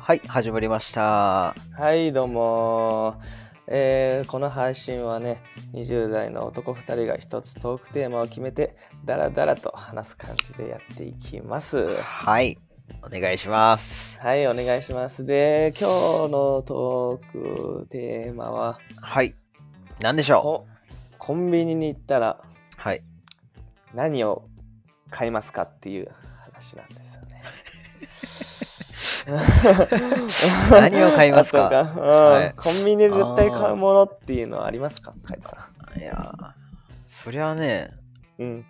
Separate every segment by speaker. Speaker 1: はい、始まりました。
Speaker 2: はいどうもー、えーこの配信はね20代の男2人が一つトークテーマを決めてダラダラと話す感じでやっていきます
Speaker 1: はい、お願いします。
Speaker 2: はいお願いしますで今日のトークテーマは
Speaker 1: はい、なんでしょ
Speaker 2: こコンビニに行ったら
Speaker 1: うはい。
Speaker 2: 何を買いますかっていう話なんですよね
Speaker 1: 何を買います
Speaker 2: あ
Speaker 1: か
Speaker 2: そううん
Speaker 1: はい
Speaker 2: コンビニで絶対買うものっていうのはありますかカイトさん
Speaker 1: いやー、そりゃね、
Speaker 2: うん、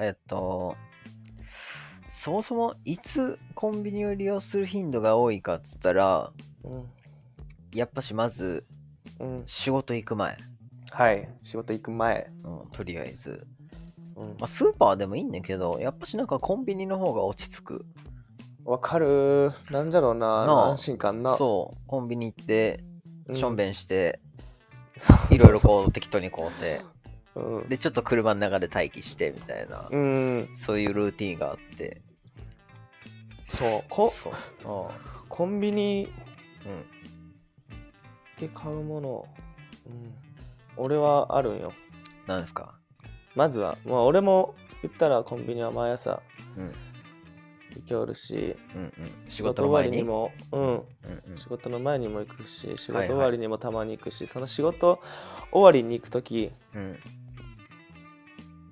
Speaker 1: えっと、そもそもいつコンビニを利用する頻度が多いかっつったら、
Speaker 2: うん、
Speaker 1: やっぱしまず
Speaker 2: うん、
Speaker 1: 仕事行く前、
Speaker 2: はい、仕事行く前、
Speaker 1: うん、とりあえず、
Speaker 2: うん
Speaker 1: まあ、、スーパーでもいいんだけど、やっぱしなんかコンビニの方が落ち着く。
Speaker 2: わかるー、なんじゃろうな、
Speaker 1: なあ
Speaker 2: 安心感な、
Speaker 1: そう、コンビニ行って、
Speaker 2: うん
Speaker 1: しょんべんして、
Speaker 2: そう
Speaker 1: いろいろ
Speaker 2: そう
Speaker 1: こう適当にこうて、
Speaker 2: そうそう、うん、
Speaker 1: で、ちょっと車の中で待機してみたいな。
Speaker 2: うん、
Speaker 1: そういうルーティンがあって。
Speaker 2: そう、こ、
Speaker 1: そう。あ
Speaker 2: コンビニ
Speaker 1: あうん。
Speaker 2: で買うもの、うん、俺はあるんよ。
Speaker 1: なんですか
Speaker 2: まずは、まあ、俺も言ったらコンビニは毎朝
Speaker 1: うん。
Speaker 2: 行けおるし、
Speaker 1: うんうん。仕
Speaker 2: 仕
Speaker 1: 事
Speaker 2: 事
Speaker 1: の
Speaker 2: 終わ
Speaker 1: 前
Speaker 2: り
Speaker 1: に。
Speaker 2: にも、うん、
Speaker 1: うんうん
Speaker 2: 仕事の前にも行くし、仕
Speaker 1: はいは
Speaker 2: 事
Speaker 1: い
Speaker 2: 終わりにもたまに行くし、その仕事終わりに行くとき、
Speaker 1: うん。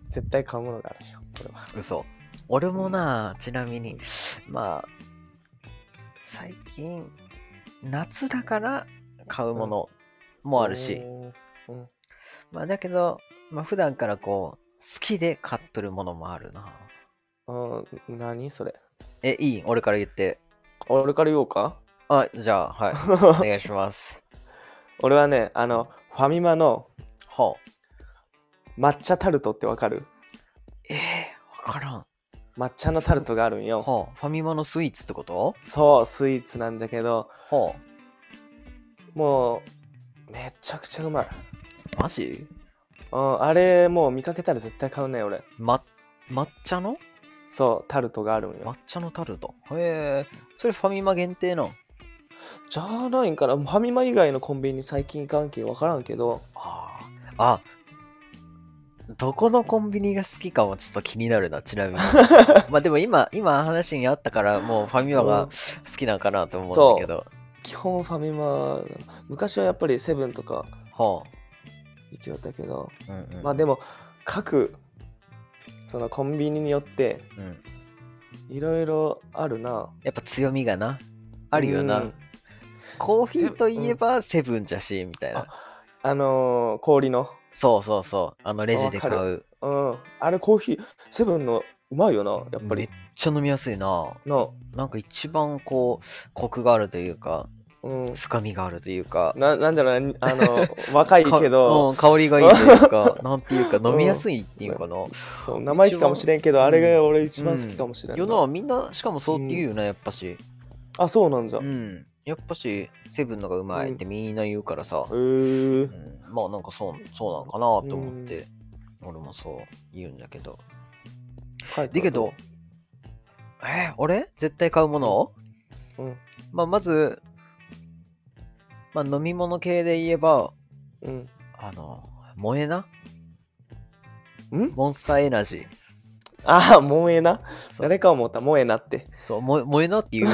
Speaker 2: 絶対買うものがあるんよ、これは。
Speaker 1: 嘘。俺もな、ちなみに、まあ、最近、夏だから買うものもあるし、
Speaker 2: おーうん
Speaker 1: まあだけど、まあ普段からこう、好きで買っとるものもあるな。
Speaker 2: あー何それ
Speaker 1: え、いい俺から言って。
Speaker 2: 俺から言おうか
Speaker 1: あ、じゃあ、 はい。お願いします。
Speaker 2: 俺はねあのファミマの
Speaker 1: はあ。
Speaker 2: 抹茶タルトってわかる
Speaker 1: えー、わからん。は
Speaker 2: 抹茶のタルトがあるん
Speaker 1: あ。
Speaker 2: よ
Speaker 1: ファミマのスイーツってこと
Speaker 2: そうスイーツなんだけど
Speaker 1: はあ。
Speaker 2: もうめちゃくちゃうまい、
Speaker 1: マジ
Speaker 2: うん、あれもう見かけたら絶対買うね俺
Speaker 1: ま、抹茶の
Speaker 2: そうタルトがあるんよ
Speaker 1: 抹茶のタルト。へえ。それファミマ限定の。
Speaker 2: じゃあないんかなファミマ以外のコンビニ最近関係わからんけど
Speaker 1: ああ。あ。どこのコンビニが好きかもちょっと気になるな、ち なみに。まあでも今、今話にあったから、もうファミマ
Speaker 2: う
Speaker 1: が
Speaker 2: ん
Speaker 1: 好きなんかなと思うんだけど。
Speaker 2: 基本ファミマ昔はやっぱりセブンとか
Speaker 1: は
Speaker 2: 行きよったけど
Speaker 1: あ。うんうん。
Speaker 2: まあでも各そのコンビニによって
Speaker 1: うん、
Speaker 2: いろいろあるな。
Speaker 1: やっぱ強みがな。あるよな。
Speaker 2: うん
Speaker 1: コーヒーといえばセブンじゃし、みたいな。
Speaker 2: あのー氷の。
Speaker 1: そうそうそう。あのレジで買
Speaker 2: あわか
Speaker 1: う。
Speaker 2: うん。あれコーヒー、セブンのうまいよな、やっぱ
Speaker 1: めっ
Speaker 2: り。
Speaker 1: ちゃ飲みやすいな。
Speaker 2: な、
Speaker 1: なんか一番こう、コクがあるというか、
Speaker 2: うん。
Speaker 1: 深みがあるというか、
Speaker 2: ななんだろうね、あ の、若い
Speaker 1: か
Speaker 2: けど、
Speaker 1: うん、香りがいいというか、なんていうか、飲みやすいっていうかな。
Speaker 2: そう、生意気かもしれんけど、
Speaker 1: 一番
Speaker 2: あれが俺一番好きかもしれんな
Speaker 1: 世のはみんな、しかもそうって言うよね、やっぱし。
Speaker 2: あ、そうなんじゃ。
Speaker 1: う
Speaker 2: へ
Speaker 1: ん。やっぱし、セブンのがうまいってみんな言うからさ、
Speaker 2: ー
Speaker 1: うんまあなんかそう、そうなんかなと思って、俺もそう言うんだけど。
Speaker 2: 書いてある
Speaker 1: だけど、えー俺絶対買うもの、
Speaker 2: うん
Speaker 1: まあまず、まあ飲み物系で言えば、
Speaker 2: うん。
Speaker 1: あの、萌えな
Speaker 2: うん
Speaker 1: モンスターエナジー。
Speaker 2: ああ、萌えな。
Speaker 1: そう
Speaker 2: 誰か思った、萌えなって。
Speaker 1: そう、萌え萌えな っていう。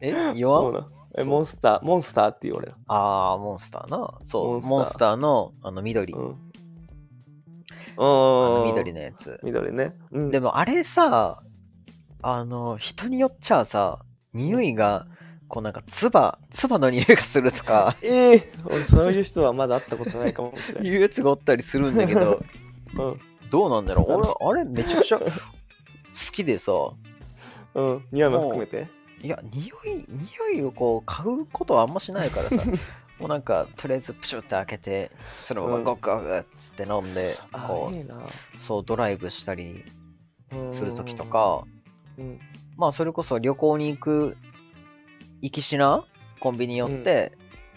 Speaker 1: え言
Speaker 2: そう
Speaker 1: わん
Speaker 2: な。え、
Speaker 1: そう
Speaker 2: モンスター、モンスターって言う俺ら。
Speaker 1: ああ、モンスターな。そう、モ
Speaker 2: モ
Speaker 1: ン
Speaker 2: ン
Speaker 1: ス
Speaker 2: スター
Speaker 1: ターのあの緑、
Speaker 2: う
Speaker 1: あ
Speaker 2: ん。うん
Speaker 1: の。緑のやつ。
Speaker 2: 緑ね。うん。
Speaker 1: でもあれさ、あの、人によっちゃさ、匂いが、こうなんか、唾、唾の匂いがすると か、
Speaker 2: ええ俺そういう人はまだ会ったことないかもしれない。
Speaker 1: いうやつがおったりするんだけ ど、
Speaker 2: うん、
Speaker 1: どうなんだろう
Speaker 2: そうだね
Speaker 1: 俺、あれめちゃくちゃ好きでさ、
Speaker 2: うん、匂いも含めて。
Speaker 1: いや、匂い、匂いをこう、買うことはあんましない からさ、もうなんか、とりあえずプシュって開けて、そのまま
Speaker 2: うん
Speaker 1: ゴクゴクっつって飲んで、
Speaker 2: あ
Speaker 1: こ
Speaker 2: いいな。
Speaker 1: う、そう、ドライブしたりするときと
Speaker 2: うん。
Speaker 1: か、
Speaker 2: うん、
Speaker 1: まあ、それこそ旅行に行く、行きしな、コンビニ寄って、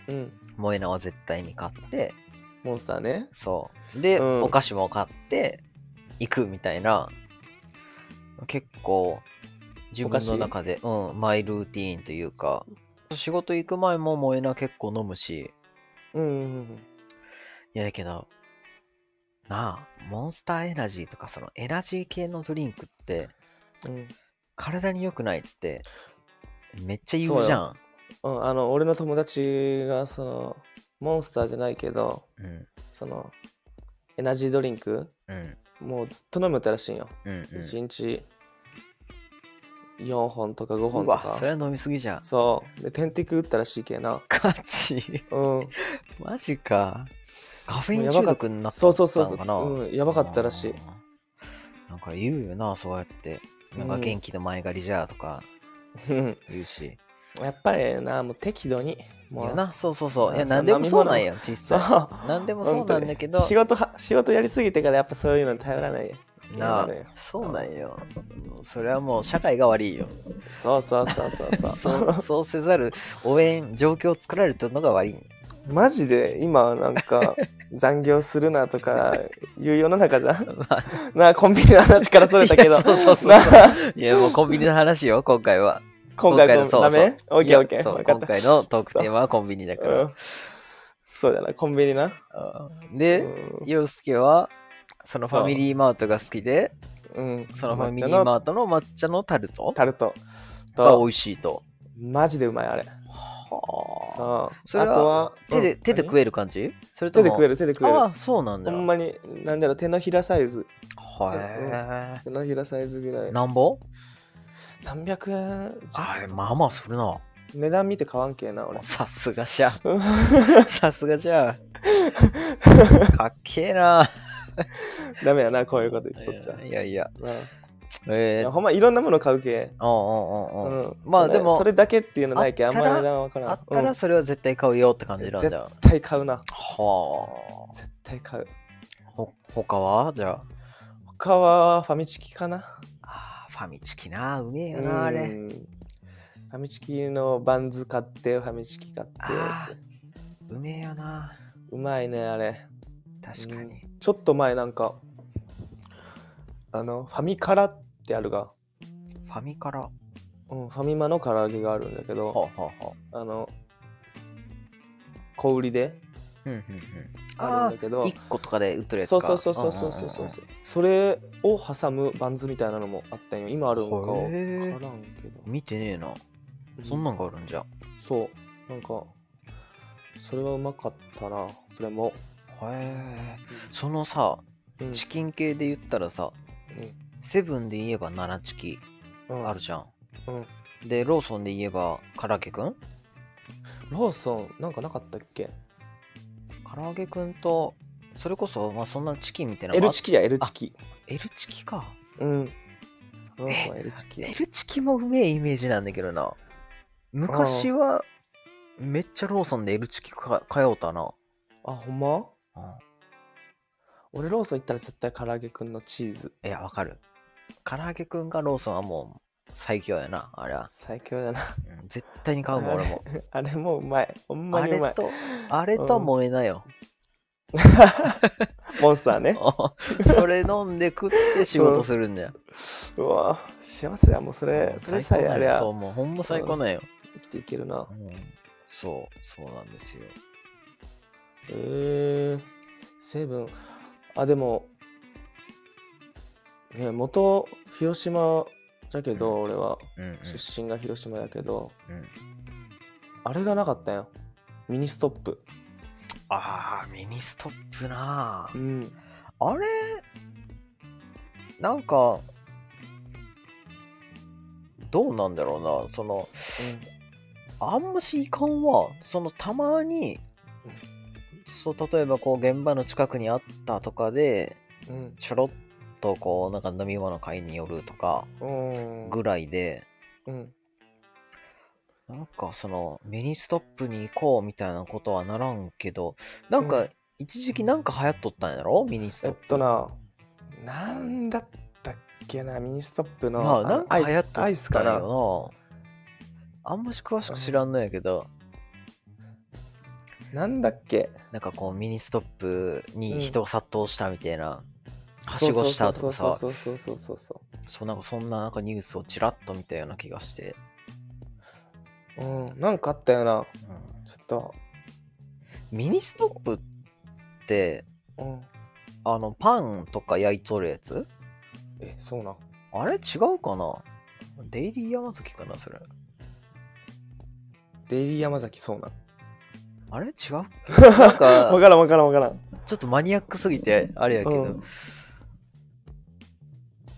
Speaker 2: うん、
Speaker 1: 萌えなは絶対に買って、
Speaker 2: モンスターね。
Speaker 1: そう。で、
Speaker 2: うん
Speaker 1: お菓子も買って、行くみたいな、結構、自分の中で、うん、マイルーティーンというか、仕事行く前も萌えな結構飲むし、
Speaker 2: うんうん
Speaker 1: いやだけど、なあ、モンスターエナジーとかそのエナジー系のドリンクって
Speaker 2: うんうん
Speaker 1: 体に良くないっつって、めっちゃ言うじゃん。
Speaker 2: うん、あの俺の友達がそのモンスターじゃないけど
Speaker 1: うん。
Speaker 2: そのエナジードリンク
Speaker 1: うん。
Speaker 2: もうずっと飲むってらしいんよ、
Speaker 1: うん、うん。
Speaker 2: 一1日4本とか5本
Speaker 1: う
Speaker 2: と
Speaker 1: わ、それ
Speaker 2: か
Speaker 1: は飲みすぎじゃん。
Speaker 2: そうで点滴打ったらしいけえな
Speaker 1: ガチ。
Speaker 2: うん
Speaker 1: マジか。カフェイ
Speaker 2: も
Speaker 1: ン
Speaker 2: うやば
Speaker 1: 中
Speaker 2: かっ
Speaker 1: 毒になった
Speaker 2: そうそうそう
Speaker 1: の
Speaker 2: そう
Speaker 1: かな
Speaker 2: うんやばかったらしい
Speaker 1: あーなんか言うよな、そうやって。なんか
Speaker 2: うん
Speaker 1: 元気の前借りじゃとか
Speaker 2: うん
Speaker 1: 言うし。
Speaker 2: やっぱりなもう適度に
Speaker 1: い
Speaker 2: もう
Speaker 1: やな、そうそうそう。いや、
Speaker 2: そう
Speaker 1: なんでもそうなんや、実
Speaker 2: そ
Speaker 1: 際
Speaker 2: う。
Speaker 1: なんでもそうなんだけど
Speaker 2: 本当に、仕事は仕事やりすぎてからやっぱそういうのに頼らない
Speaker 1: なあ
Speaker 2: るよ、
Speaker 1: そうなんよ。それはもう社会が悪いよ。
Speaker 2: そうそうそうそう そう
Speaker 1: そうそうせざる応援、状況を作られてるのが 悪い。
Speaker 2: マジで今なん か残業するなとか言う世の中じゃん
Speaker 1: まあ、
Speaker 2: なあコンビニの話からそれたけ
Speaker 1: い
Speaker 2: ど
Speaker 1: やそうそうそう
Speaker 2: なあ
Speaker 1: いや、もうコンビニの話よ、今回は。
Speaker 2: 今回
Speaker 1: の
Speaker 2: のダメ オッ
Speaker 1: い
Speaker 2: ケー
Speaker 1: や
Speaker 2: オッケー
Speaker 1: そう
Speaker 2: 分かっ
Speaker 1: 今
Speaker 2: た
Speaker 1: 回 のトークテーマはコンビニだから。
Speaker 2: うんそうだなコンビニなう
Speaker 1: で、
Speaker 2: ん
Speaker 1: 洋介はそのフ
Speaker 2: そう
Speaker 1: ァミリーマートが好きで
Speaker 2: うん
Speaker 1: そのファミリー
Speaker 2: 抹茶の
Speaker 1: マートの抹茶のタルト
Speaker 2: タルト
Speaker 1: が美
Speaker 2: と
Speaker 1: 味しいと。
Speaker 2: マジでうまいあれ
Speaker 1: はあ。
Speaker 2: そう
Speaker 1: それは
Speaker 2: あとは
Speaker 1: 手で
Speaker 2: うん
Speaker 1: 手で
Speaker 2: 何
Speaker 1: 食える感じそれと
Speaker 2: 手
Speaker 1: も
Speaker 2: で食える手で食える
Speaker 1: ああそうなんだ
Speaker 2: ほ
Speaker 1: よ。
Speaker 2: んまになんだろう手のひらサイズ
Speaker 1: へ
Speaker 2: 手のひらサイズぐら
Speaker 1: え。
Speaker 2: い
Speaker 1: なんぼ
Speaker 2: 300円
Speaker 1: あれまあまあするな。
Speaker 2: 値段見て買わんけえな俺
Speaker 1: さすが じゃ。さすがじゃ。かっけえな。
Speaker 2: ダメやなこういうこと言っとっちゃう
Speaker 1: いやいや。
Speaker 2: なあい
Speaker 1: え
Speaker 2: や
Speaker 1: ー。
Speaker 2: ほんまいろんなもの買うけ、
Speaker 1: うんうんうんうん。
Speaker 2: うん
Speaker 1: まあ
Speaker 2: それ
Speaker 1: でも
Speaker 2: それだけっていうのないけ
Speaker 1: あ
Speaker 2: あ
Speaker 1: っ
Speaker 2: ん
Speaker 1: た
Speaker 2: ま
Speaker 1: ら
Speaker 2: り値段わからん
Speaker 1: あった
Speaker 2: う
Speaker 1: ら
Speaker 2: ん
Speaker 1: それは絶対買うよって感じなん
Speaker 2: 絶
Speaker 1: だ。
Speaker 2: 対買うな
Speaker 1: はあ。
Speaker 2: 絶対買う
Speaker 1: ほ他はじゃ
Speaker 2: 他はファミチキかな
Speaker 1: ああーファミチキなうめえよなあ
Speaker 2: う
Speaker 1: れ
Speaker 2: んファミチキのバンズ買ってファミチキ買って
Speaker 1: あーうめえよな
Speaker 2: うまいねあれ
Speaker 1: 確かに
Speaker 2: ちょっと前なんかあのファミカラってあるが、
Speaker 1: ファミからは
Speaker 2: うん、ファミマの唐揚げがあるんだけ
Speaker 1: あ
Speaker 2: ど
Speaker 1: はあは
Speaker 2: あの小売りで
Speaker 1: うんうんうん
Speaker 2: あ
Speaker 1: あ
Speaker 2: る
Speaker 1: ー
Speaker 2: んだけど
Speaker 1: 1個とかで売ってるやつ
Speaker 2: そう
Speaker 1: か
Speaker 2: そうそうそうそうそうそうそれを挟むバンズみたいなのもあったんよ今あるんかわから
Speaker 1: へー
Speaker 2: んけ
Speaker 1: うんうんうん
Speaker 2: ど
Speaker 1: 見てねえなそんなんがあるんじゃん
Speaker 2: そうなんかそれはうまかったなそれも、
Speaker 1: へえそのさ
Speaker 2: うん
Speaker 1: チキン系で言ったらさセブンで言えばナナチキ
Speaker 2: うん
Speaker 1: あるじゃん
Speaker 2: うん
Speaker 1: でローソンで言えば唐揚げくん
Speaker 2: ローソンなんかなかったっけ
Speaker 1: 唐揚げくんとそれこそまあそんなチキンみたいなのも
Speaker 2: L
Speaker 1: あ
Speaker 2: チキや L チキ
Speaker 1: L チキか
Speaker 2: うんローソン L チキ
Speaker 1: L チキもうめえイメージなんだけどな昔はめっちゃローソンで L チキか通うたな、
Speaker 2: あほんま
Speaker 1: うん、
Speaker 2: 俺ローソン行ったら絶対唐揚げくんのチーズ
Speaker 1: いやわかる唐揚げくんがローソンはもう最強やなあれは、
Speaker 2: 最強だな
Speaker 1: うん絶対に買うもん俺も
Speaker 2: あれもううまいほんま
Speaker 1: あ
Speaker 2: にうま
Speaker 1: れ
Speaker 2: い
Speaker 1: とあれと萌えなよ、
Speaker 2: モンスターね
Speaker 1: それ飲んで食って仕事するんだよ、
Speaker 2: うわ幸せやもうそれそれさえあれ
Speaker 1: や
Speaker 2: や
Speaker 1: そうもうほんま最高なんよ、
Speaker 2: 生きていけるな
Speaker 1: うんそうそうなんですよ
Speaker 2: へえセブンあでもね元広島だけど、俺は
Speaker 1: うんうん
Speaker 2: 出身が広島やけど、
Speaker 1: うん
Speaker 2: あれがなかったよミニストップ
Speaker 1: ああミニストップなあ
Speaker 2: うん
Speaker 1: あれなんかどうなんだろうなそのあんましいかんはそのたまに
Speaker 2: うん
Speaker 1: そう例えばこう現場の近くにあったとかで
Speaker 2: うん
Speaker 1: ちょろっとこうなんか飲み物買いに寄るとか
Speaker 2: うん
Speaker 1: ぐらいで
Speaker 2: うん
Speaker 1: なんかそのミニストップに行こうみたいなことはならんけどなん
Speaker 2: う
Speaker 1: か
Speaker 2: ん
Speaker 1: 一時期なんか流行っとったんやろミニスト
Speaker 2: え
Speaker 1: ッ
Speaker 2: っ
Speaker 1: プ
Speaker 2: とななんだったっけなミニストップの,、
Speaker 1: まあ、
Speaker 2: あ
Speaker 1: な
Speaker 2: の
Speaker 1: んか
Speaker 2: ア
Speaker 1: 流
Speaker 2: イ
Speaker 1: 行っ
Speaker 2: ス
Speaker 1: とった
Speaker 2: アイスか
Speaker 1: ん
Speaker 2: な
Speaker 1: よなあんまし詳しく知らんのやけど、
Speaker 2: なんだっけ
Speaker 1: なんかこうミニストップ
Speaker 2: う
Speaker 1: に
Speaker 2: ん
Speaker 1: 人が殺到したみたいな、はしごしたとかさ
Speaker 2: そうそうそうそうそうそう
Speaker 1: そ
Speaker 2: そうそう
Speaker 1: うなんかそんななんかニュースをちらっと見たような気がして
Speaker 2: うん、なんかあったよな。
Speaker 1: うん
Speaker 2: ちょっと。
Speaker 1: ミニストップって
Speaker 2: うん。
Speaker 1: あのパンとか焼いとるやつ
Speaker 2: え、そうなん。
Speaker 1: あれ違うかなデイリー山崎かなそれ
Speaker 2: デイリー山崎そうなん。
Speaker 1: あれ違 うなん
Speaker 2: わ
Speaker 1: か
Speaker 2: からんわからんわからん。
Speaker 1: ちょっとマニアックすぎてあれやけど、
Speaker 2: うん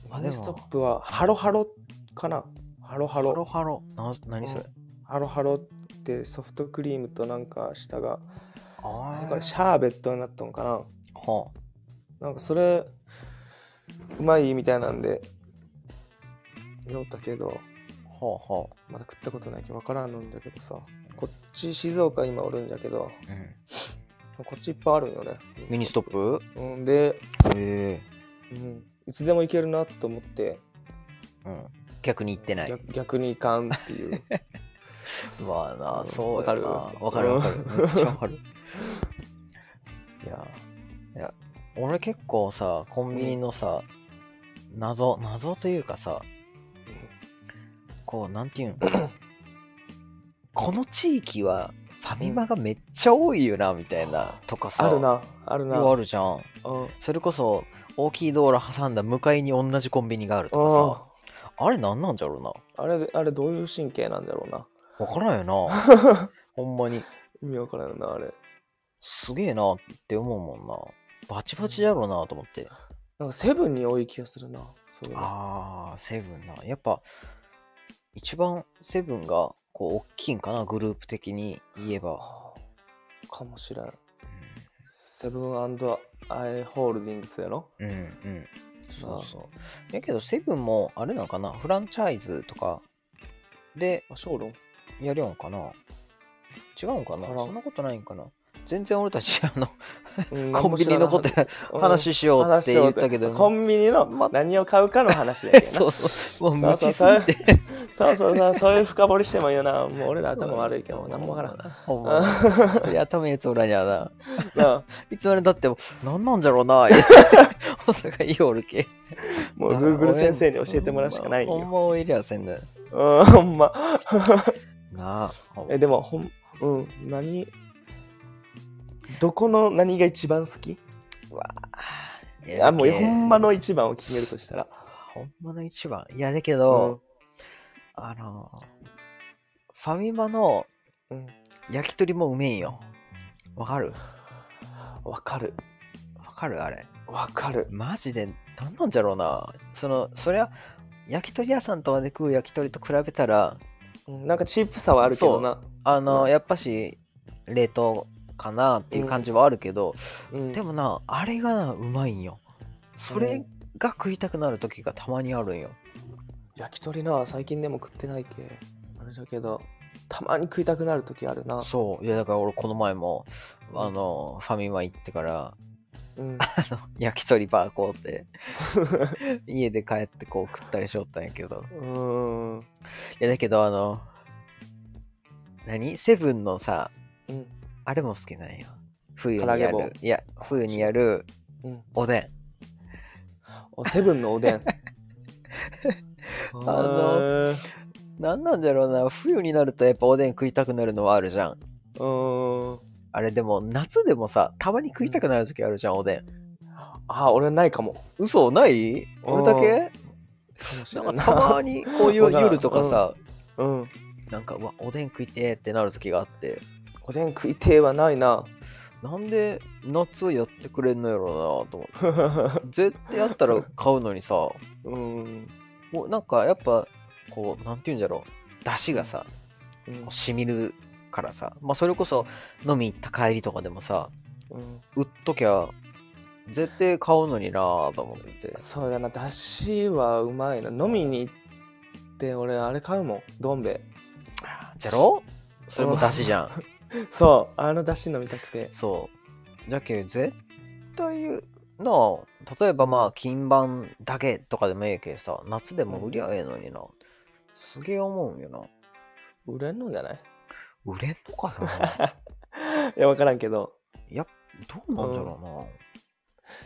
Speaker 2: マネスト
Speaker 1: でも
Speaker 2: ップはハロハロかなハロハ
Speaker 1: ハロ
Speaker 2: ロ
Speaker 1: ハロな何それ、
Speaker 2: ハロハロってソフトクリームとなんか下が
Speaker 1: あ
Speaker 2: これシャーベットになったのかな
Speaker 1: は
Speaker 2: なんかそれうまいみたいなんで酔ったけど
Speaker 1: あはあは
Speaker 2: まだ食ったことないけどわからんのんだけどさこっち静岡今おるんだけど
Speaker 1: あ、
Speaker 2: こっちいっぱいあるんよね
Speaker 1: ミニストップ
Speaker 2: うんで、
Speaker 1: へえ
Speaker 2: うん、いつでも行けるなと思って
Speaker 1: うん逆に言ってない
Speaker 2: 逆逆にいかんっ ていう
Speaker 1: まあな
Speaker 2: うん
Speaker 1: そう
Speaker 2: わかる
Speaker 1: わかるわかるめっちゃわかる いやいや俺結構さコンビニのさ、謎謎というかさこうなんてい うんこの地域はファミマがめっちゃ多いよなみたいなとかさ
Speaker 2: あるなあるな
Speaker 1: ようあるじゃん
Speaker 2: うん
Speaker 1: それこそ大きい道路挟んだ向かいに同じコンビニがあると
Speaker 2: あ
Speaker 1: かさあれなんなんじゃろうな
Speaker 2: あれであれどういう神経なんだろうな
Speaker 1: わからんよな ほんまに
Speaker 2: 意味わからんよなあれ
Speaker 1: すげえなって思うもんなバチバチやろうなと思って
Speaker 2: なんかセブンに多い気がするなそういうの
Speaker 1: ああセブンなやっぱ一番セブンがこう大きいんかなグループ的に言えば、
Speaker 2: あーかもしれんセブンアイ・ホールディングスやろ
Speaker 1: うん、うんうんそうそうやけどセブンもあれなのかなフランチャイズとかで
Speaker 2: あショーロン
Speaker 1: やりょんかな違うんかな
Speaker 2: わからん
Speaker 1: そんなことないんかな全然俺たちあの
Speaker 2: う ん
Speaker 1: コンビニのことや話しようって言ったけど、
Speaker 2: 話しようってコンビニ
Speaker 1: ま
Speaker 2: の何を買うかの話やけどな
Speaker 1: そうそうもう無
Speaker 2: そう
Speaker 1: 知す
Speaker 2: そう
Speaker 1: ぎて
Speaker 2: そうそうそうそういう深掘りしてもいいよなもう俺ら頭悪いけど何もわからんな
Speaker 1: ほんまなそりゃ頭いいやつおらにゃな
Speaker 2: あ
Speaker 1: いつまでだっても何なんじゃろう なお互い言いおるけ
Speaker 2: もう Google 先生に教えてもらうしかないん
Speaker 1: ほん
Speaker 2: よ
Speaker 1: まおいりゃせんだよ
Speaker 2: うんほんま
Speaker 1: なあほんま
Speaker 2: えでもほんうん何どこの何が一番好き
Speaker 1: いや
Speaker 2: あもう
Speaker 1: だけ
Speaker 2: ほんまの一番を決めるとしたら
Speaker 1: ほんまの一番いやだけど、あのファミマの
Speaker 2: うん
Speaker 1: 焼き鳥もうめえんよわかる
Speaker 2: わかる
Speaker 1: わかるあれ
Speaker 2: わかる
Speaker 1: マジで何なんじゃろうなそのそりゃ焼き鳥屋さんとかで食う焼き鳥と比べたら
Speaker 2: うんなんかチープさはあるけどな
Speaker 1: あの、
Speaker 2: うん
Speaker 1: やっぱし冷凍かなっていう感じはあるけど、
Speaker 2: うん
Speaker 1: でもなあれがなうまいんよそれが食いたくなる時がたまにあるんよ、
Speaker 2: 焼き鳥な最近でも食ってないけあれだけどたまに食いたくなる時あるな
Speaker 1: そういやだから俺この前も
Speaker 2: うん
Speaker 1: あの、ファミマ行ってから
Speaker 2: うん
Speaker 1: あの焼き鳥バーこうって 家で帰ってこう食ったりしよったんやけど
Speaker 2: うんうん
Speaker 1: いやだけどあの何セブンのさ
Speaker 2: うん
Speaker 1: あれも好きなんよ冬に
Speaker 2: 唐揚げ
Speaker 1: や
Speaker 2: 棒
Speaker 1: るいや冬にやる
Speaker 2: うん
Speaker 1: おでん
Speaker 2: おセブンのお でん
Speaker 1: のなんなんだろうな冬になるとやっぱおでん食いたくなるのはあるじゃん
Speaker 2: のうん
Speaker 1: あれでも夏でもさたまに食いたくなる時あるじゃんおでん
Speaker 2: あ俺ないかもか
Speaker 1: 嘘ない俺だけ
Speaker 2: もしれ
Speaker 1: なんんかたま
Speaker 2: な
Speaker 1: にこう いう
Speaker 2: わからん
Speaker 1: 夜とかさ、
Speaker 2: うん
Speaker 1: なんかうわおでん食いてーってなる時があって
Speaker 2: おでん食いてえはないな
Speaker 1: なんで夏やってくれんのやろう なと思って絶対やったら買うのにさ
Speaker 2: うん
Speaker 1: もうなんかやっぱこうなんて言うんだろう出汁がさ
Speaker 2: うん
Speaker 1: 染みるからさまあそれこそ飲み行った帰りとかでもさ
Speaker 2: うん
Speaker 1: 売っときゃ絶対買うのになぁと思って
Speaker 2: そうだなだしはうまいな飲みに行って俺あれ買うもんどん兵衛
Speaker 1: じゃろそれも出汁じゃん
Speaker 2: そうあのだし飲みたくて
Speaker 1: そうじゃけ絶対なあ例えばまあ金盤だけとかでもええけどさ夏でも売りゃええのになすげえ思うんよな
Speaker 2: 売れんのじゃない
Speaker 1: 売れんのか な
Speaker 2: いや分からんけど
Speaker 1: どうなんだろ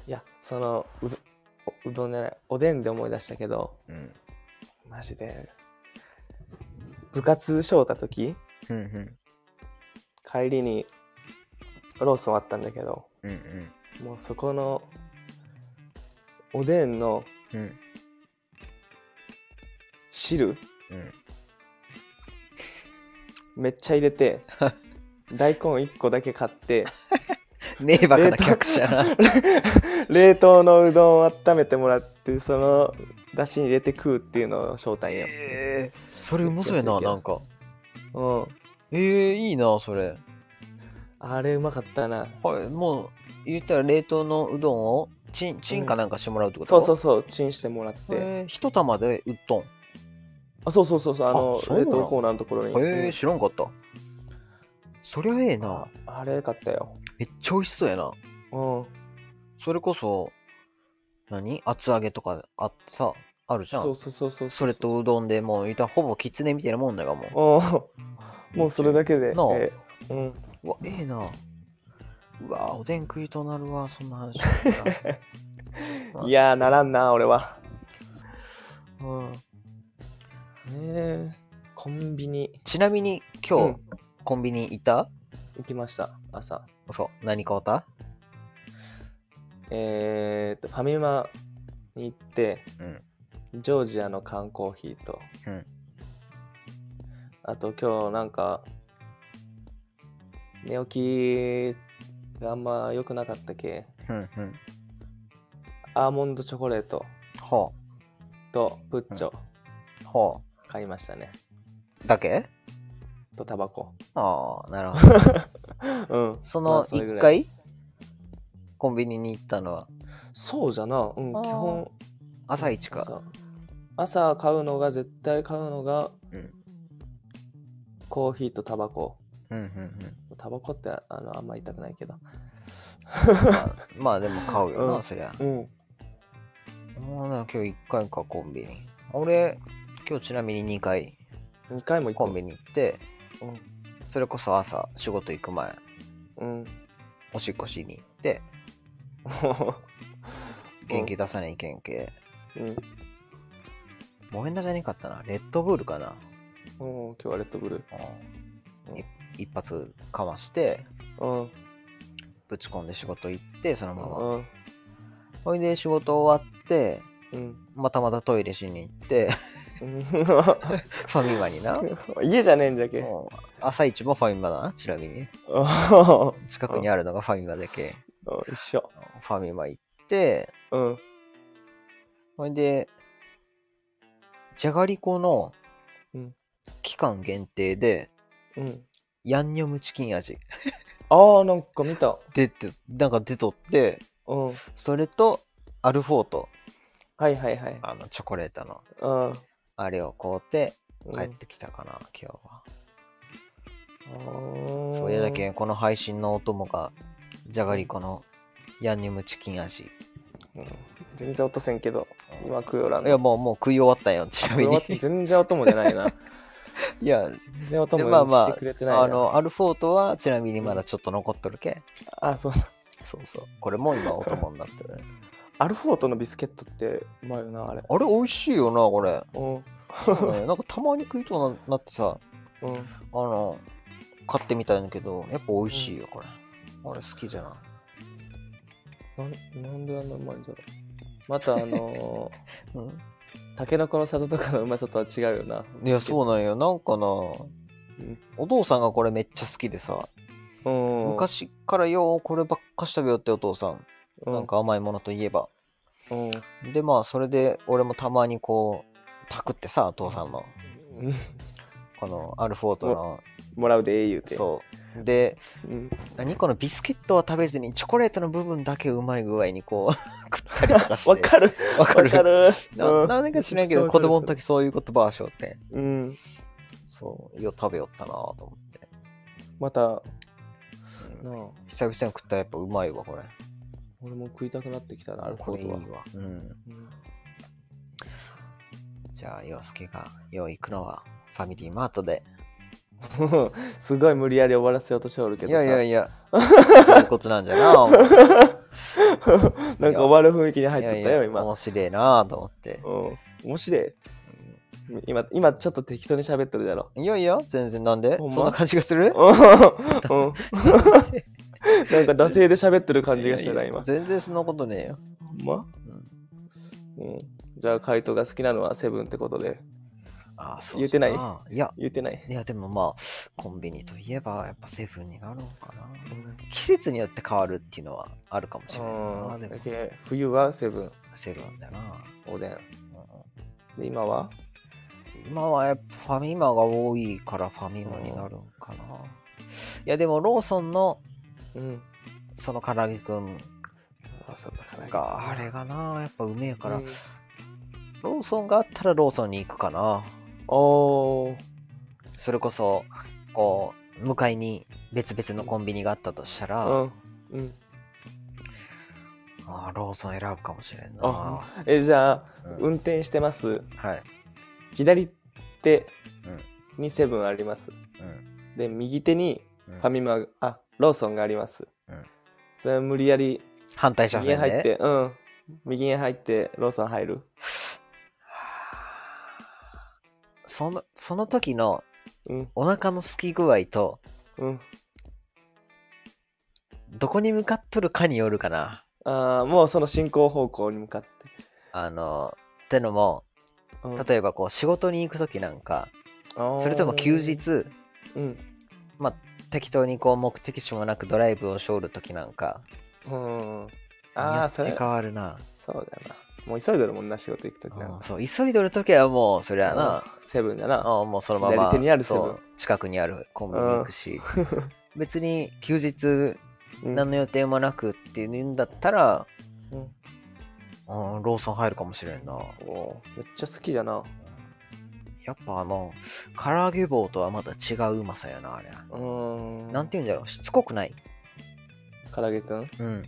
Speaker 2: いやそのうどおうどんじゃないおでんで思い出したけど
Speaker 1: うなうん
Speaker 2: マジで部活招待時
Speaker 1: うんうん
Speaker 2: 帰りにローソンあったんだけど
Speaker 1: うんうん
Speaker 2: もうそこのおでんの
Speaker 1: うん
Speaker 2: 汁
Speaker 1: うん
Speaker 2: めっちゃ入れて大根1個だけ買って
Speaker 1: ねえバカな客じゃな
Speaker 2: 冷凍 のうどんを温めてもらってそのだしに入れて食うっていうのを招待よ、
Speaker 1: えーそれうまそうやななんか
Speaker 2: うん
Speaker 1: えー、いいなそれ
Speaker 2: あれうまかったな
Speaker 1: はいもう言ったら冷凍のうどんをチンチンかなんかしてもらうってこと、
Speaker 2: そうそう
Speaker 1: う
Speaker 2: そうチンしてもらって
Speaker 1: えー、一玉でうっとんへ
Speaker 2: あそうそうそうそうあの
Speaker 1: あそうな
Speaker 2: 冷
Speaker 1: の
Speaker 2: 凍コーナーのところに、
Speaker 1: えー、知らんかったそりゃええ
Speaker 2: うん
Speaker 1: な
Speaker 2: ああれよかったよ
Speaker 1: めっちゃ美味しそうやな
Speaker 2: うん
Speaker 1: それこそ何厚揚げとかあってさあるじゃん
Speaker 2: そうそうそうそうう
Speaker 1: それとうどんでもういたらほぼきつねみたいなもんだがも
Speaker 2: うんもうそれだけで、
Speaker 1: なあ
Speaker 2: えーうん、
Speaker 1: ううわええなうわおでん食いとなるわそんな 話したら
Speaker 2: いやーならんな俺はうんねえコンビニ
Speaker 1: ちなみに今日、
Speaker 2: うん
Speaker 1: コンビニ行った
Speaker 2: 行きました朝
Speaker 1: そう何買うた
Speaker 2: えー、っとファミマに行って
Speaker 1: うん
Speaker 2: ジョージアの缶コーヒーと、
Speaker 1: うん
Speaker 2: あと今日なんか寝起きがあんま良くなかったけ
Speaker 1: うんうん
Speaker 2: アーモンドチョコレート
Speaker 1: は
Speaker 2: とプッチョ
Speaker 1: あは
Speaker 2: 買いましたね、
Speaker 1: あだけ
Speaker 2: とタバコ
Speaker 1: ああなる ほど
Speaker 2: うん
Speaker 1: そ
Speaker 2: ま
Speaker 1: の
Speaker 2: あそれぐ
Speaker 1: 1
Speaker 2: らい
Speaker 1: 回コンビニに行ったのは
Speaker 2: そうじゃなうん
Speaker 1: あー
Speaker 2: 基本
Speaker 1: 朝一か
Speaker 2: 朝朝買うのが絶対買うのが、
Speaker 1: うん
Speaker 2: コーヒーとタバコ
Speaker 1: うんうんうん
Speaker 2: タバコってあのあんまり痛くないけど
Speaker 1: まあ、まあでも買うよな、
Speaker 2: うん
Speaker 1: そりゃ
Speaker 2: うん
Speaker 1: もうな今日1回かコンビニ俺今日ちなみに2回
Speaker 2: 2回も行く
Speaker 1: コンビニ行って
Speaker 2: うん
Speaker 1: それこそ朝仕事行く前
Speaker 2: うん
Speaker 1: おしっこしに行って元気出さないけんけ
Speaker 2: うん、
Speaker 1: モヘンダじゃねえかったなレッドブールかな
Speaker 2: うん、今日はレッドブル
Speaker 1: うんい一発かまして
Speaker 2: うんうん
Speaker 1: ぶち込んで仕事行ってそのまま
Speaker 2: うん
Speaker 1: ほいで仕事終わって
Speaker 2: うん
Speaker 1: またまたトイレしに行って ファミマにな
Speaker 2: 家じゃねえんじゃけうん
Speaker 1: もう朝一もファミマだなちなみに近くにあるのがファミマだけ
Speaker 2: 一緒
Speaker 1: ファミマ行って
Speaker 2: うん
Speaker 1: ほいでじゃがりこの
Speaker 2: うん
Speaker 1: 期間限定で
Speaker 2: うん
Speaker 1: ヤンニョムチキン味
Speaker 2: あーなんか見た
Speaker 1: 出てなんか出とって
Speaker 2: うんは
Speaker 1: それとアルフォート
Speaker 2: いはいはい
Speaker 1: あのチョコレートの
Speaker 2: うん
Speaker 1: あれを買うて
Speaker 2: うん
Speaker 1: 帰ってきたかな、今日は
Speaker 2: あー
Speaker 1: そういやだけんこの配信のお供がじゃがりこのヤンニョムチキン味
Speaker 2: うん全然音せんけど
Speaker 1: うん
Speaker 2: 今食うよらん
Speaker 1: いやもうもう食い終わったよちなみに
Speaker 2: これは全然音も出ないな
Speaker 1: いや
Speaker 2: 全然音
Speaker 1: でまあ
Speaker 2: も
Speaker 1: ま
Speaker 2: し
Speaker 1: あ
Speaker 2: てくれてないな、
Speaker 1: あのアルフォートはちなみにまだちょっと残っとるけん
Speaker 2: あそうそう
Speaker 1: そうそうこれも今お供になってるね
Speaker 2: アルフォートのビスケットってうまいよなあれ
Speaker 1: あれ美味しいよなこ れ
Speaker 2: うんうん
Speaker 1: そうねなんかたまに食いとうななってさあの買ってみたいんだけどやっぱ美味しいよこれ、俺好きじゃない
Speaker 2: なんなんであんなうまいんだろうまたあのー
Speaker 1: うん
Speaker 2: タケノコの里とかのうまさとは違うよな。
Speaker 1: いやそうなんよなんかな、
Speaker 2: ん
Speaker 1: お父さんがこれめっちゃ好きでさ、
Speaker 2: うん、
Speaker 1: 昔からようこればっかし食べよってお父さん、
Speaker 2: う
Speaker 1: なん、か甘いものといえば
Speaker 2: うん、
Speaker 1: でまあそれで俺もたまにこうパクってさお父さんのこのアルフォートの
Speaker 2: もらうでええ言うて。
Speaker 1: そうで
Speaker 2: うん。
Speaker 1: 何このビスケットは食べずにチョコレートの部分だけうまい具合にこう 食ったりとかして
Speaker 2: わかる
Speaker 1: わ
Speaker 2: わかる。
Speaker 1: ななんか知らんけど子供の。時そういう言葉しよって
Speaker 2: うん。
Speaker 1: そうよう食べよったなと思って
Speaker 2: また、
Speaker 1: うん
Speaker 2: なあ、
Speaker 1: 久々に食ったらやっぱうまいわこれ
Speaker 2: 俺も食いたくなってきたな、アルフ
Speaker 1: こ
Speaker 2: ォ
Speaker 1: れいい
Speaker 2: ートは。
Speaker 1: わ、うん、
Speaker 2: うん
Speaker 1: じゃあ洋介がよう行くのはファミリーマートです
Speaker 2: ごい無理やり終わらせようとしておるけ
Speaker 1: い
Speaker 2: どさ
Speaker 1: やいやい やそういうことなんじゃなお前
Speaker 2: なんか終わる雰囲気に入っ
Speaker 1: い
Speaker 2: て
Speaker 1: やい
Speaker 2: ったよ
Speaker 1: や
Speaker 2: 今
Speaker 1: 面白いなと思って
Speaker 2: うん面白い、
Speaker 1: う
Speaker 2: 今、今ちょっと適当に喋ってる だろ。
Speaker 1: いやいや、全然なんで、
Speaker 2: ほんま
Speaker 1: そんな感じがする
Speaker 2: うん。うんなんか惰性で喋ってる感じがしたな、
Speaker 1: いやいや
Speaker 2: 今。
Speaker 1: 全然そんなことねえよ。
Speaker 2: ほんまうん。じゃあ、カイトが好きなのはセブンってことで。
Speaker 1: ああ、そう
Speaker 2: 言うてない
Speaker 1: いや、
Speaker 2: 言ってない。
Speaker 1: いやでもまあ、コンビニといえば、やっぱセブンになるのかな。季節によって変わるっていうのはあるかもしれ
Speaker 2: う
Speaker 1: ない
Speaker 2: ん。
Speaker 1: な。で
Speaker 2: だ
Speaker 1: も、
Speaker 2: け冬はセブン、
Speaker 1: セブンだな。
Speaker 2: おでん。
Speaker 1: う
Speaker 2: で、今は
Speaker 1: ん今はやっぱファミマが多いからファミマになるんかな。いやでも、ローソンの
Speaker 2: うん。
Speaker 1: その唐揚げくん
Speaker 2: あ、そんなかな
Speaker 1: が、あれがな、やっぱうめえから、
Speaker 2: うん
Speaker 1: ローソンがあったらローソンに行くかな。
Speaker 2: おー。
Speaker 1: それこそ、こう、向かいに別々のコンビニがあったとしたら、
Speaker 2: うん。うん。
Speaker 1: あーローソン選ぶかもしれんな。
Speaker 2: あえ、じゃあ、
Speaker 1: うん
Speaker 2: 運転してます。
Speaker 1: はい。
Speaker 2: 左手にセブンあります。
Speaker 1: うん。
Speaker 2: で、右手に
Speaker 1: うん
Speaker 2: ファミマが、あ、ローソンがあります。
Speaker 1: うん
Speaker 2: それは無理やり
Speaker 1: 反対車
Speaker 2: 右に
Speaker 1: 線
Speaker 2: 入っ
Speaker 1: で。
Speaker 2: て、うん。右に入って、ローソン入る。
Speaker 1: その、その時の
Speaker 2: うん、
Speaker 1: お腹の空き具合と、
Speaker 2: うん。
Speaker 1: どこに向かっとるかによるかな。
Speaker 2: ああ、もうその進行方向に向かって。
Speaker 1: あの、ってのも、
Speaker 2: うん
Speaker 1: 例えばこう、仕事に行く時なんか、
Speaker 2: あー
Speaker 1: それとも休日、
Speaker 2: うん。
Speaker 1: 適当にこう、目的地もなくドライブをしょる時なんか、
Speaker 2: うん。
Speaker 1: によ
Speaker 2: ああ、
Speaker 1: っ
Speaker 2: そ
Speaker 1: て
Speaker 2: れ。
Speaker 1: 変わるな。
Speaker 2: そうだな。もう急いでるもんな、仕事行くときなん
Speaker 1: うん
Speaker 2: か。
Speaker 1: そう、急いどる時はもう、そりゃな、
Speaker 2: うんセブンだな。
Speaker 1: ああもうそのまま
Speaker 2: 左手にあるセブン
Speaker 1: そう近くにあるコンビニ行くし 別に休日
Speaker 2: うん
Speaker 1: 何の予定もなくっていうんだったら、
Speaker 2: うん
Speaker 1: うんローソン入るかもしれんな、
Speaker 2: おーめっちゃ好きだな。
Speaker 1: やっぱあの唐揚げ棒とはまた違ううまさやなあれ、
Speaker 2: うん。
Speaker 1: なんて言うんだろうしつこくない
Speaker 2: 唐揚げくん
Speaker 1: うん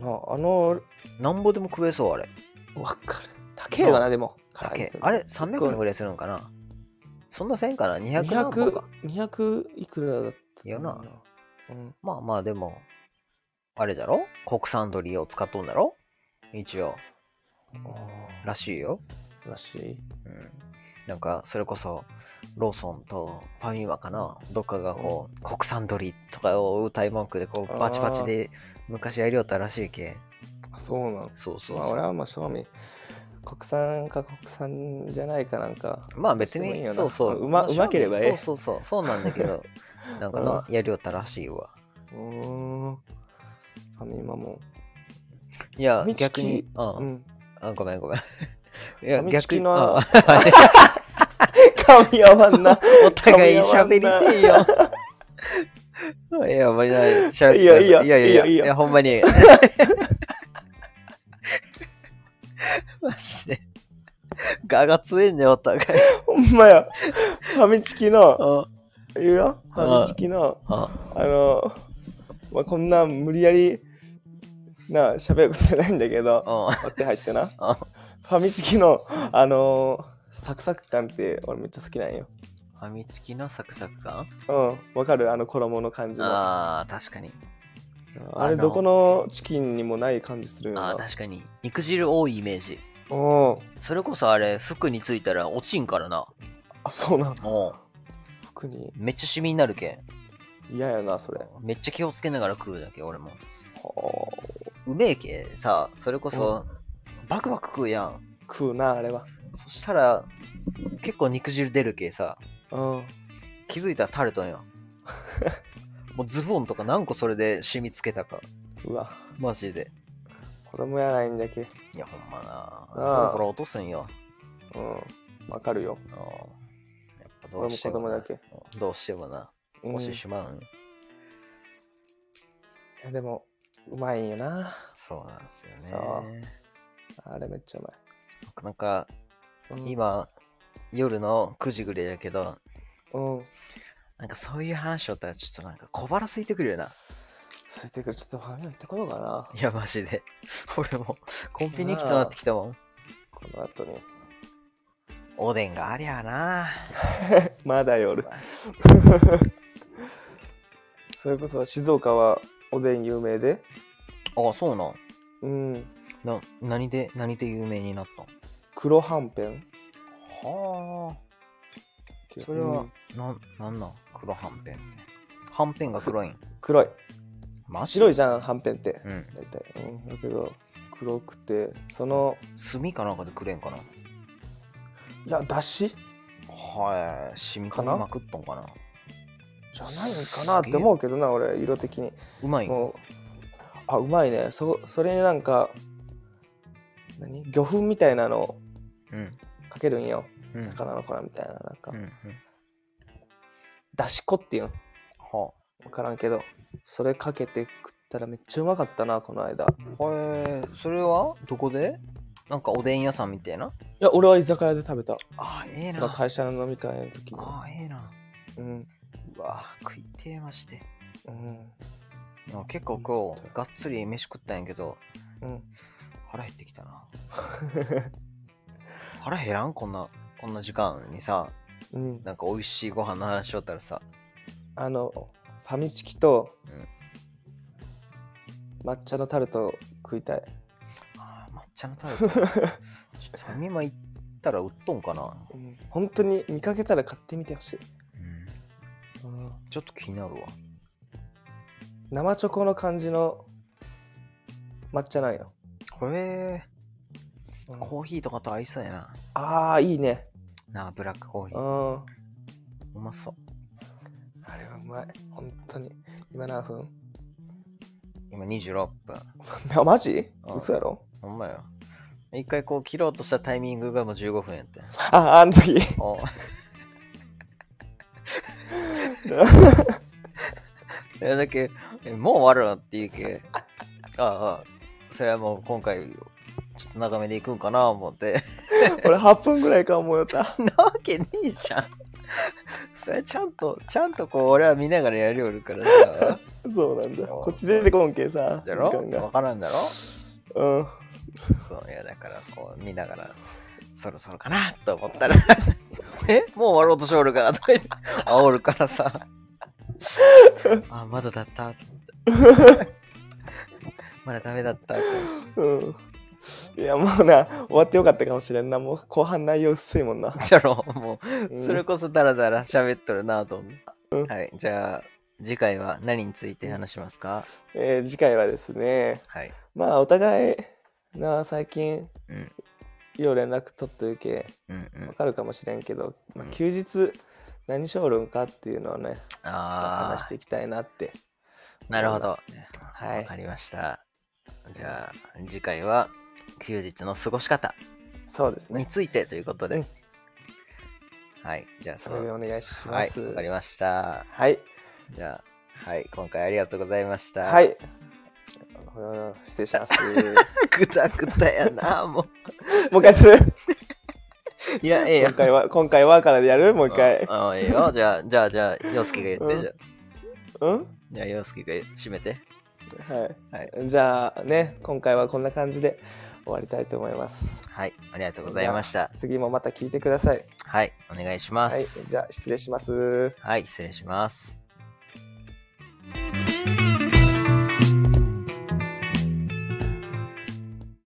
Speaker 2: なあの、
Speaker 1: なんぼでも食えそうあれ
Speaker 2: わかる。高えわな、でも。
Speaker 1: だ
Speaker 2: 唐揚げ
Speaker 1: け
Speaker 2: くん
Speaker 1: あれ300円ぐらいするんかなそんなせんかな200円
Speaker 2: 200
Speaker 1: か、
Speaker 2: 200いくらだった
Speaker 1: いやな。
Speaker 2: うん。
Speaker 1: まあまあでもあれだろ国産鶏を使っとんだろ一応らしいよ
Speaker 2: らしい。
Speaker 1: うんなんかそれこそローソンとファミマかなどっかがこう国産鶏とかを歌い文句でこ
Speaker 2: あ
Speaker 1: う
Speaker 2: ー
Speaker 1: バチバチで昔やりよったらしいけ
Speaker 2: あ、そうなの。
Speaker 1: そうそう
Speaker 2: まあ、
Speaker 1: そう
Speaker 2: 俺はまあ、正味、国産か国産じゃないかなんか。
Speaker 1: まあ別
Speaker 2: どうしてもいい
Speaker 1: に
Speaker 2: よな
Speaker 1: そうそう
Speaker 2: うま
Speaker 1: あ
Speaker 2: うまければええ
Speaker 1: そうそうそうそうなんだけどなん かなやりよったらしいわ
Speaker 2: うーん。ファミマも。
Speaker 1: いや
Speaker 2: ファミチキ
Speaker 1: 逆に
Speaker 2: う
Speaker 1: あ
Speaker 2: ん。
Speaker 1: あ ごめんごめんい
Speaker 2: フ
Speaker 1: や
Speaker 2: ァミチ
Speaker 1: 逆
Speaker 2: キ
Speaker 1: に
Speaker 2: の
Speaker 1: あ
Speaker 2: 噛み合わんな。
Speaker 1: お互い喋り
Speaker 2: 噛
Speaker 1: てえよいやまあいや喋って
Speaker 2: いいよいいよ
Speaker 1: いやいやいや
Speaker 2: いいよいいよ
Speaker 1: いやほんまに マジでガが強えんねお互い
Speaker 2: ほんまや。ファミチキの、
Speaker 1: あ
Speaker 2: 言うよ。ファミチキの、あの、まあ、こんな無理やり、な、喋ることじゃないんだけど、
Speaker 1: あ
Speaker 2: 割って入ってな。フ
Speaker 1: あ
Speaker 2: ァミチキの、あのーサクサク感って俺めっちゃ好きなんよ。
Speaker 1: ファミチキのサクサク感
Speaker 2: うん、わかるあの衣の感じの。あ
Speaker 1: あー確かにあ
Speaker 2: れ
Speaker 1: の
Speaker 2: どこのチキンにもない感じするよ
Speaker 1: あ
Speaker 2: な
Speaker 1: ー。確かに肉汁多いイメージ
Speaker 2: うん。
Speaker 1: それこそあれ服についたら落ちんからな
Speaker 2: あ、そうなん。
Speaker 1: も
Speaker 2: 服に
Speaker 1: うめっちゃシミになるけん
Speaker 2: 嫌やな、それ。
Speaker 1: めっちゃ気をつけながら食うだけ俺も
Speaker 2: ほう
Speaker 1: うめえけさそれこそ、バクバク食うやん
Speaker 2: 食うな、あれは。
Speaker 1: そしたら結構肉汁出るけさ
Speaker 2: うん。
Speaker 1: 気づいたら垂れと んやもうズボンとか何個それで染みつけたか
Speaker 2: うわ。
Speaker 1: マジで
Speaker 2: 衣やないんだけ。
Speaker 1: いやほんま
Speaker 2: あ
Speaker 1: なほら落とすんよ
Speaker 2: うん。わかるよ。
Speaker 1: ああやっぱどうしても
Speaker 2: 俺
Speaker 1: な
Speaker 2: も子供
Speaker 1: どうしてもな
Speaker 2: うん
Speaker 1: 落ちてしまうん、
Speaker 2: いやでも、うまいんよな。
Speaker 1: そうなんですよ
Speaker 2: そ
Speaker 1: ね
Speaker 2: あれめっちゃうま
Speaker 1: なんか
Speaker 2: い。うん、
Speaker 1: 今夜の9時ぐらいだけど
Speaker 2: うん。
Speaker 1: なんかそういう話をったらちょっとなんか小腹空いてくるよな
Speaker 2: ついてくる。ちょっとファミマ行ってこようかな。
Speaker 1: いや、マジで。 俺も、コンビニ行きそうになってきたもん。
Speaker 2: この後に。
Speaker 1: おでんがありゃあな。
Speaker 2: まだ夜。
Speaker 1: マジで
Speaker 2: それこそ静岡はおでん有名で。
Speaker 1: あ、そうなん。
Speaker 2: うん。
Speaker 1: な、何で、何で有名になったん
Speaker 2: 黒はんぺん。
Speaker 1: はあ。それは、なん、なんなん黒はんぺんって。はんぺんが黒いん。
Speaker 2: 黒い
Speaker 1: マジ
Speaker 2: 白いじゃんはんぺんって
Speaker 1: うん。
Speaker 2: 大体、うん、だけど黒くてその
Speaker 1: 炭かなんかでくれんかな。
Speaker 2: いやだし
Speaker 1: はい。染み込みまくっとんかな。
Speaker 2: じゃないんかなって思うけどな俺色的に
Speaker 1: うまいん。
Speaker 2: もうあうまいねそそれになんか何魚粉みたいなのを
Speaker 1: うん。
Speaker 2: かけるんよ、
Speaker 1: うん。
Speaker 2: 魚の粉みたいななんか、
Speaker 1: うん。うん。
Speaker 2: だし粉っていうん
Speaker 1: は
Speaker 2: 分からんけどそれかけて食ったらめっちゃうまかったなこの間
Speaker 1: あ。へえ。それはどこでなんかおでん屋さんみたいない
Speaker 2: や俺は居酒屋で食べた
Speaker 1: あーええ
Speaker 2: その
Speaker 1: な。
Speaker 2: 会社の飲み会の時に
Speaker 1: あーええな。
Speaker 2: うん、
Speaker 1: うわー食いてえまして。
Speaker 2: うん
Speaker 1: いや結構今日、がっつり飯食ったんやけど、
Speaker 2: うん、
Speaker 1: 腹減ってきた な腹減らんこんなこんな時間にさ
Speaker 2: うん、
Speaker 1: なんか美味しいご飯の話しよったらさ
Speaker 2: あのファミチキと
Speaker 1: うん
Speaker 2: 抹茶のタルト食いたい
Speaker 1: あー抹茶のタルトちょっとファミマ行ったら売っとんかな、
Speaker 2: うん本当に見かけたら買ってみてほしい、うん
Speaker 1: ちょっと気になるわ
Speaker 2: 生チョコの感じの抹茶なんよ、
Speaker 1: へえ
Speaker 2: うん
Speaker 1: コーヒーとかと合いそうやな
Speaker 2: ああいいね
Speaker 1: なあブラックコーヒ
Speaker 2: う
Speaker 1: ー
Speaker 2: んあ
Speaker 1: うまそう
Speaker 2: れはうまい本当に今何分
Speaker 1: 今26分
Speaker 2: あマジ
Speaker 1: うん
Speaker 2: 嘘やろ
Speaker 1: ほんまよ一回こう切ろうとしたタイミングがもう15分や って
Speaker 2: ああの時
Speaker 1: お いやだけえもう終わるのって言うけああそれはもう今回ちょっと長めでいくんかな思って
Speaker 2: 俺8分ぐらいか思うよった
Speaker 1: なわけねえじゃんそれちゃんとちゃんとこう俺は見ながらやりおるから さ
Speaker 2: そうなんだこっち出てこんけさ
Speaker 1: だろ
Speaker 2: 時間
Speaker 1: 分
Speaker 2: が
Speaker 1: からんだろ
Speaker 2: うん
Speaker 1: そういやだからこう見ながらそろそろかなと思ったら えもう終わろうとしおるかとか言って煽るからさあまだだったと思って まだダメだったと思って
Speaker 2: うんいやもうな終わってよかったかもしれんなもう後半内容薄いもんな、
Speaker 1: じゃろも
Speaker 2: う
Speaker 1: うんそれこそダラダラ喋っとるなと思って、
Speaker 2: うん
Speaker 1: はいじゃあ次回は何について話しますか
Speaker 2: えー次回はですね
Speaker 1: はい
Speaker 2: まあお互いな最近、
Speaker 1: うん
Speaker 2: よう連絡取ってるけ
Speaker 1: うんう
Speaker 2: わ
Speaker 1: ん
Speaker 2: かるかもしれんけど、まあ
Speaker 1: うん
Speaker 2: 休日何しょるんかっていうのをねちょっと
Speaker 1: あ
Speaker 2: 話
Speaker 1: あ
Speaker 2: していきたいなって
Speaker 1: なるほど
Speaker 2: 思いますね
Speaker 1: はい、
Speaker 2: は
Speaker 1: わ
Speaker 2: い
Speaker 1: かりましたじゃあ次回は休日の過ごし方
Speaker 2: そうです
Speaker 1: に
Speaker 2: ね
Speaker 1: ついてということで、
Speaker 2: うん
Speaker 1: はいじゃあそ
Speaker 2: そ
Speaker 1: の
Speaker 2: れでお願いしま
Speaker 1: はい
Speaker 2: す
Speaker 1: わかりました
Speaker 2: はい
Speaker 1: じゃあはい今回ありがとうございました
Speaker 2: はい 失礼します
Speaker 1: ぐだぐだやな も
Speaker 2: もう一回する
Speaker 1: ういやええや
Speaker 2: 今回は今回はからでやるもう一回
Speaker 1: ああええよじゃあじゃあじゃあ陽介が言って、
Speaker 2: うん
Speaker 1: じゃあ
Speaker 2: うん
Speaker 1: じゃあ陽介が締めて
Speaker 2: はい、
Speaker 1: は
Speaker 2: じゃあね今回はこんな感じで終わりたいと思います
Speaker 1: はいありがとうございました
Speaker 2: 次もまた聞いてください
Speaker 1: はいお願いしま
Speaker 2: はい
Speaker 1: す
Speaker 2: じゃあ失礼します
Speaker 1: はい、失礼します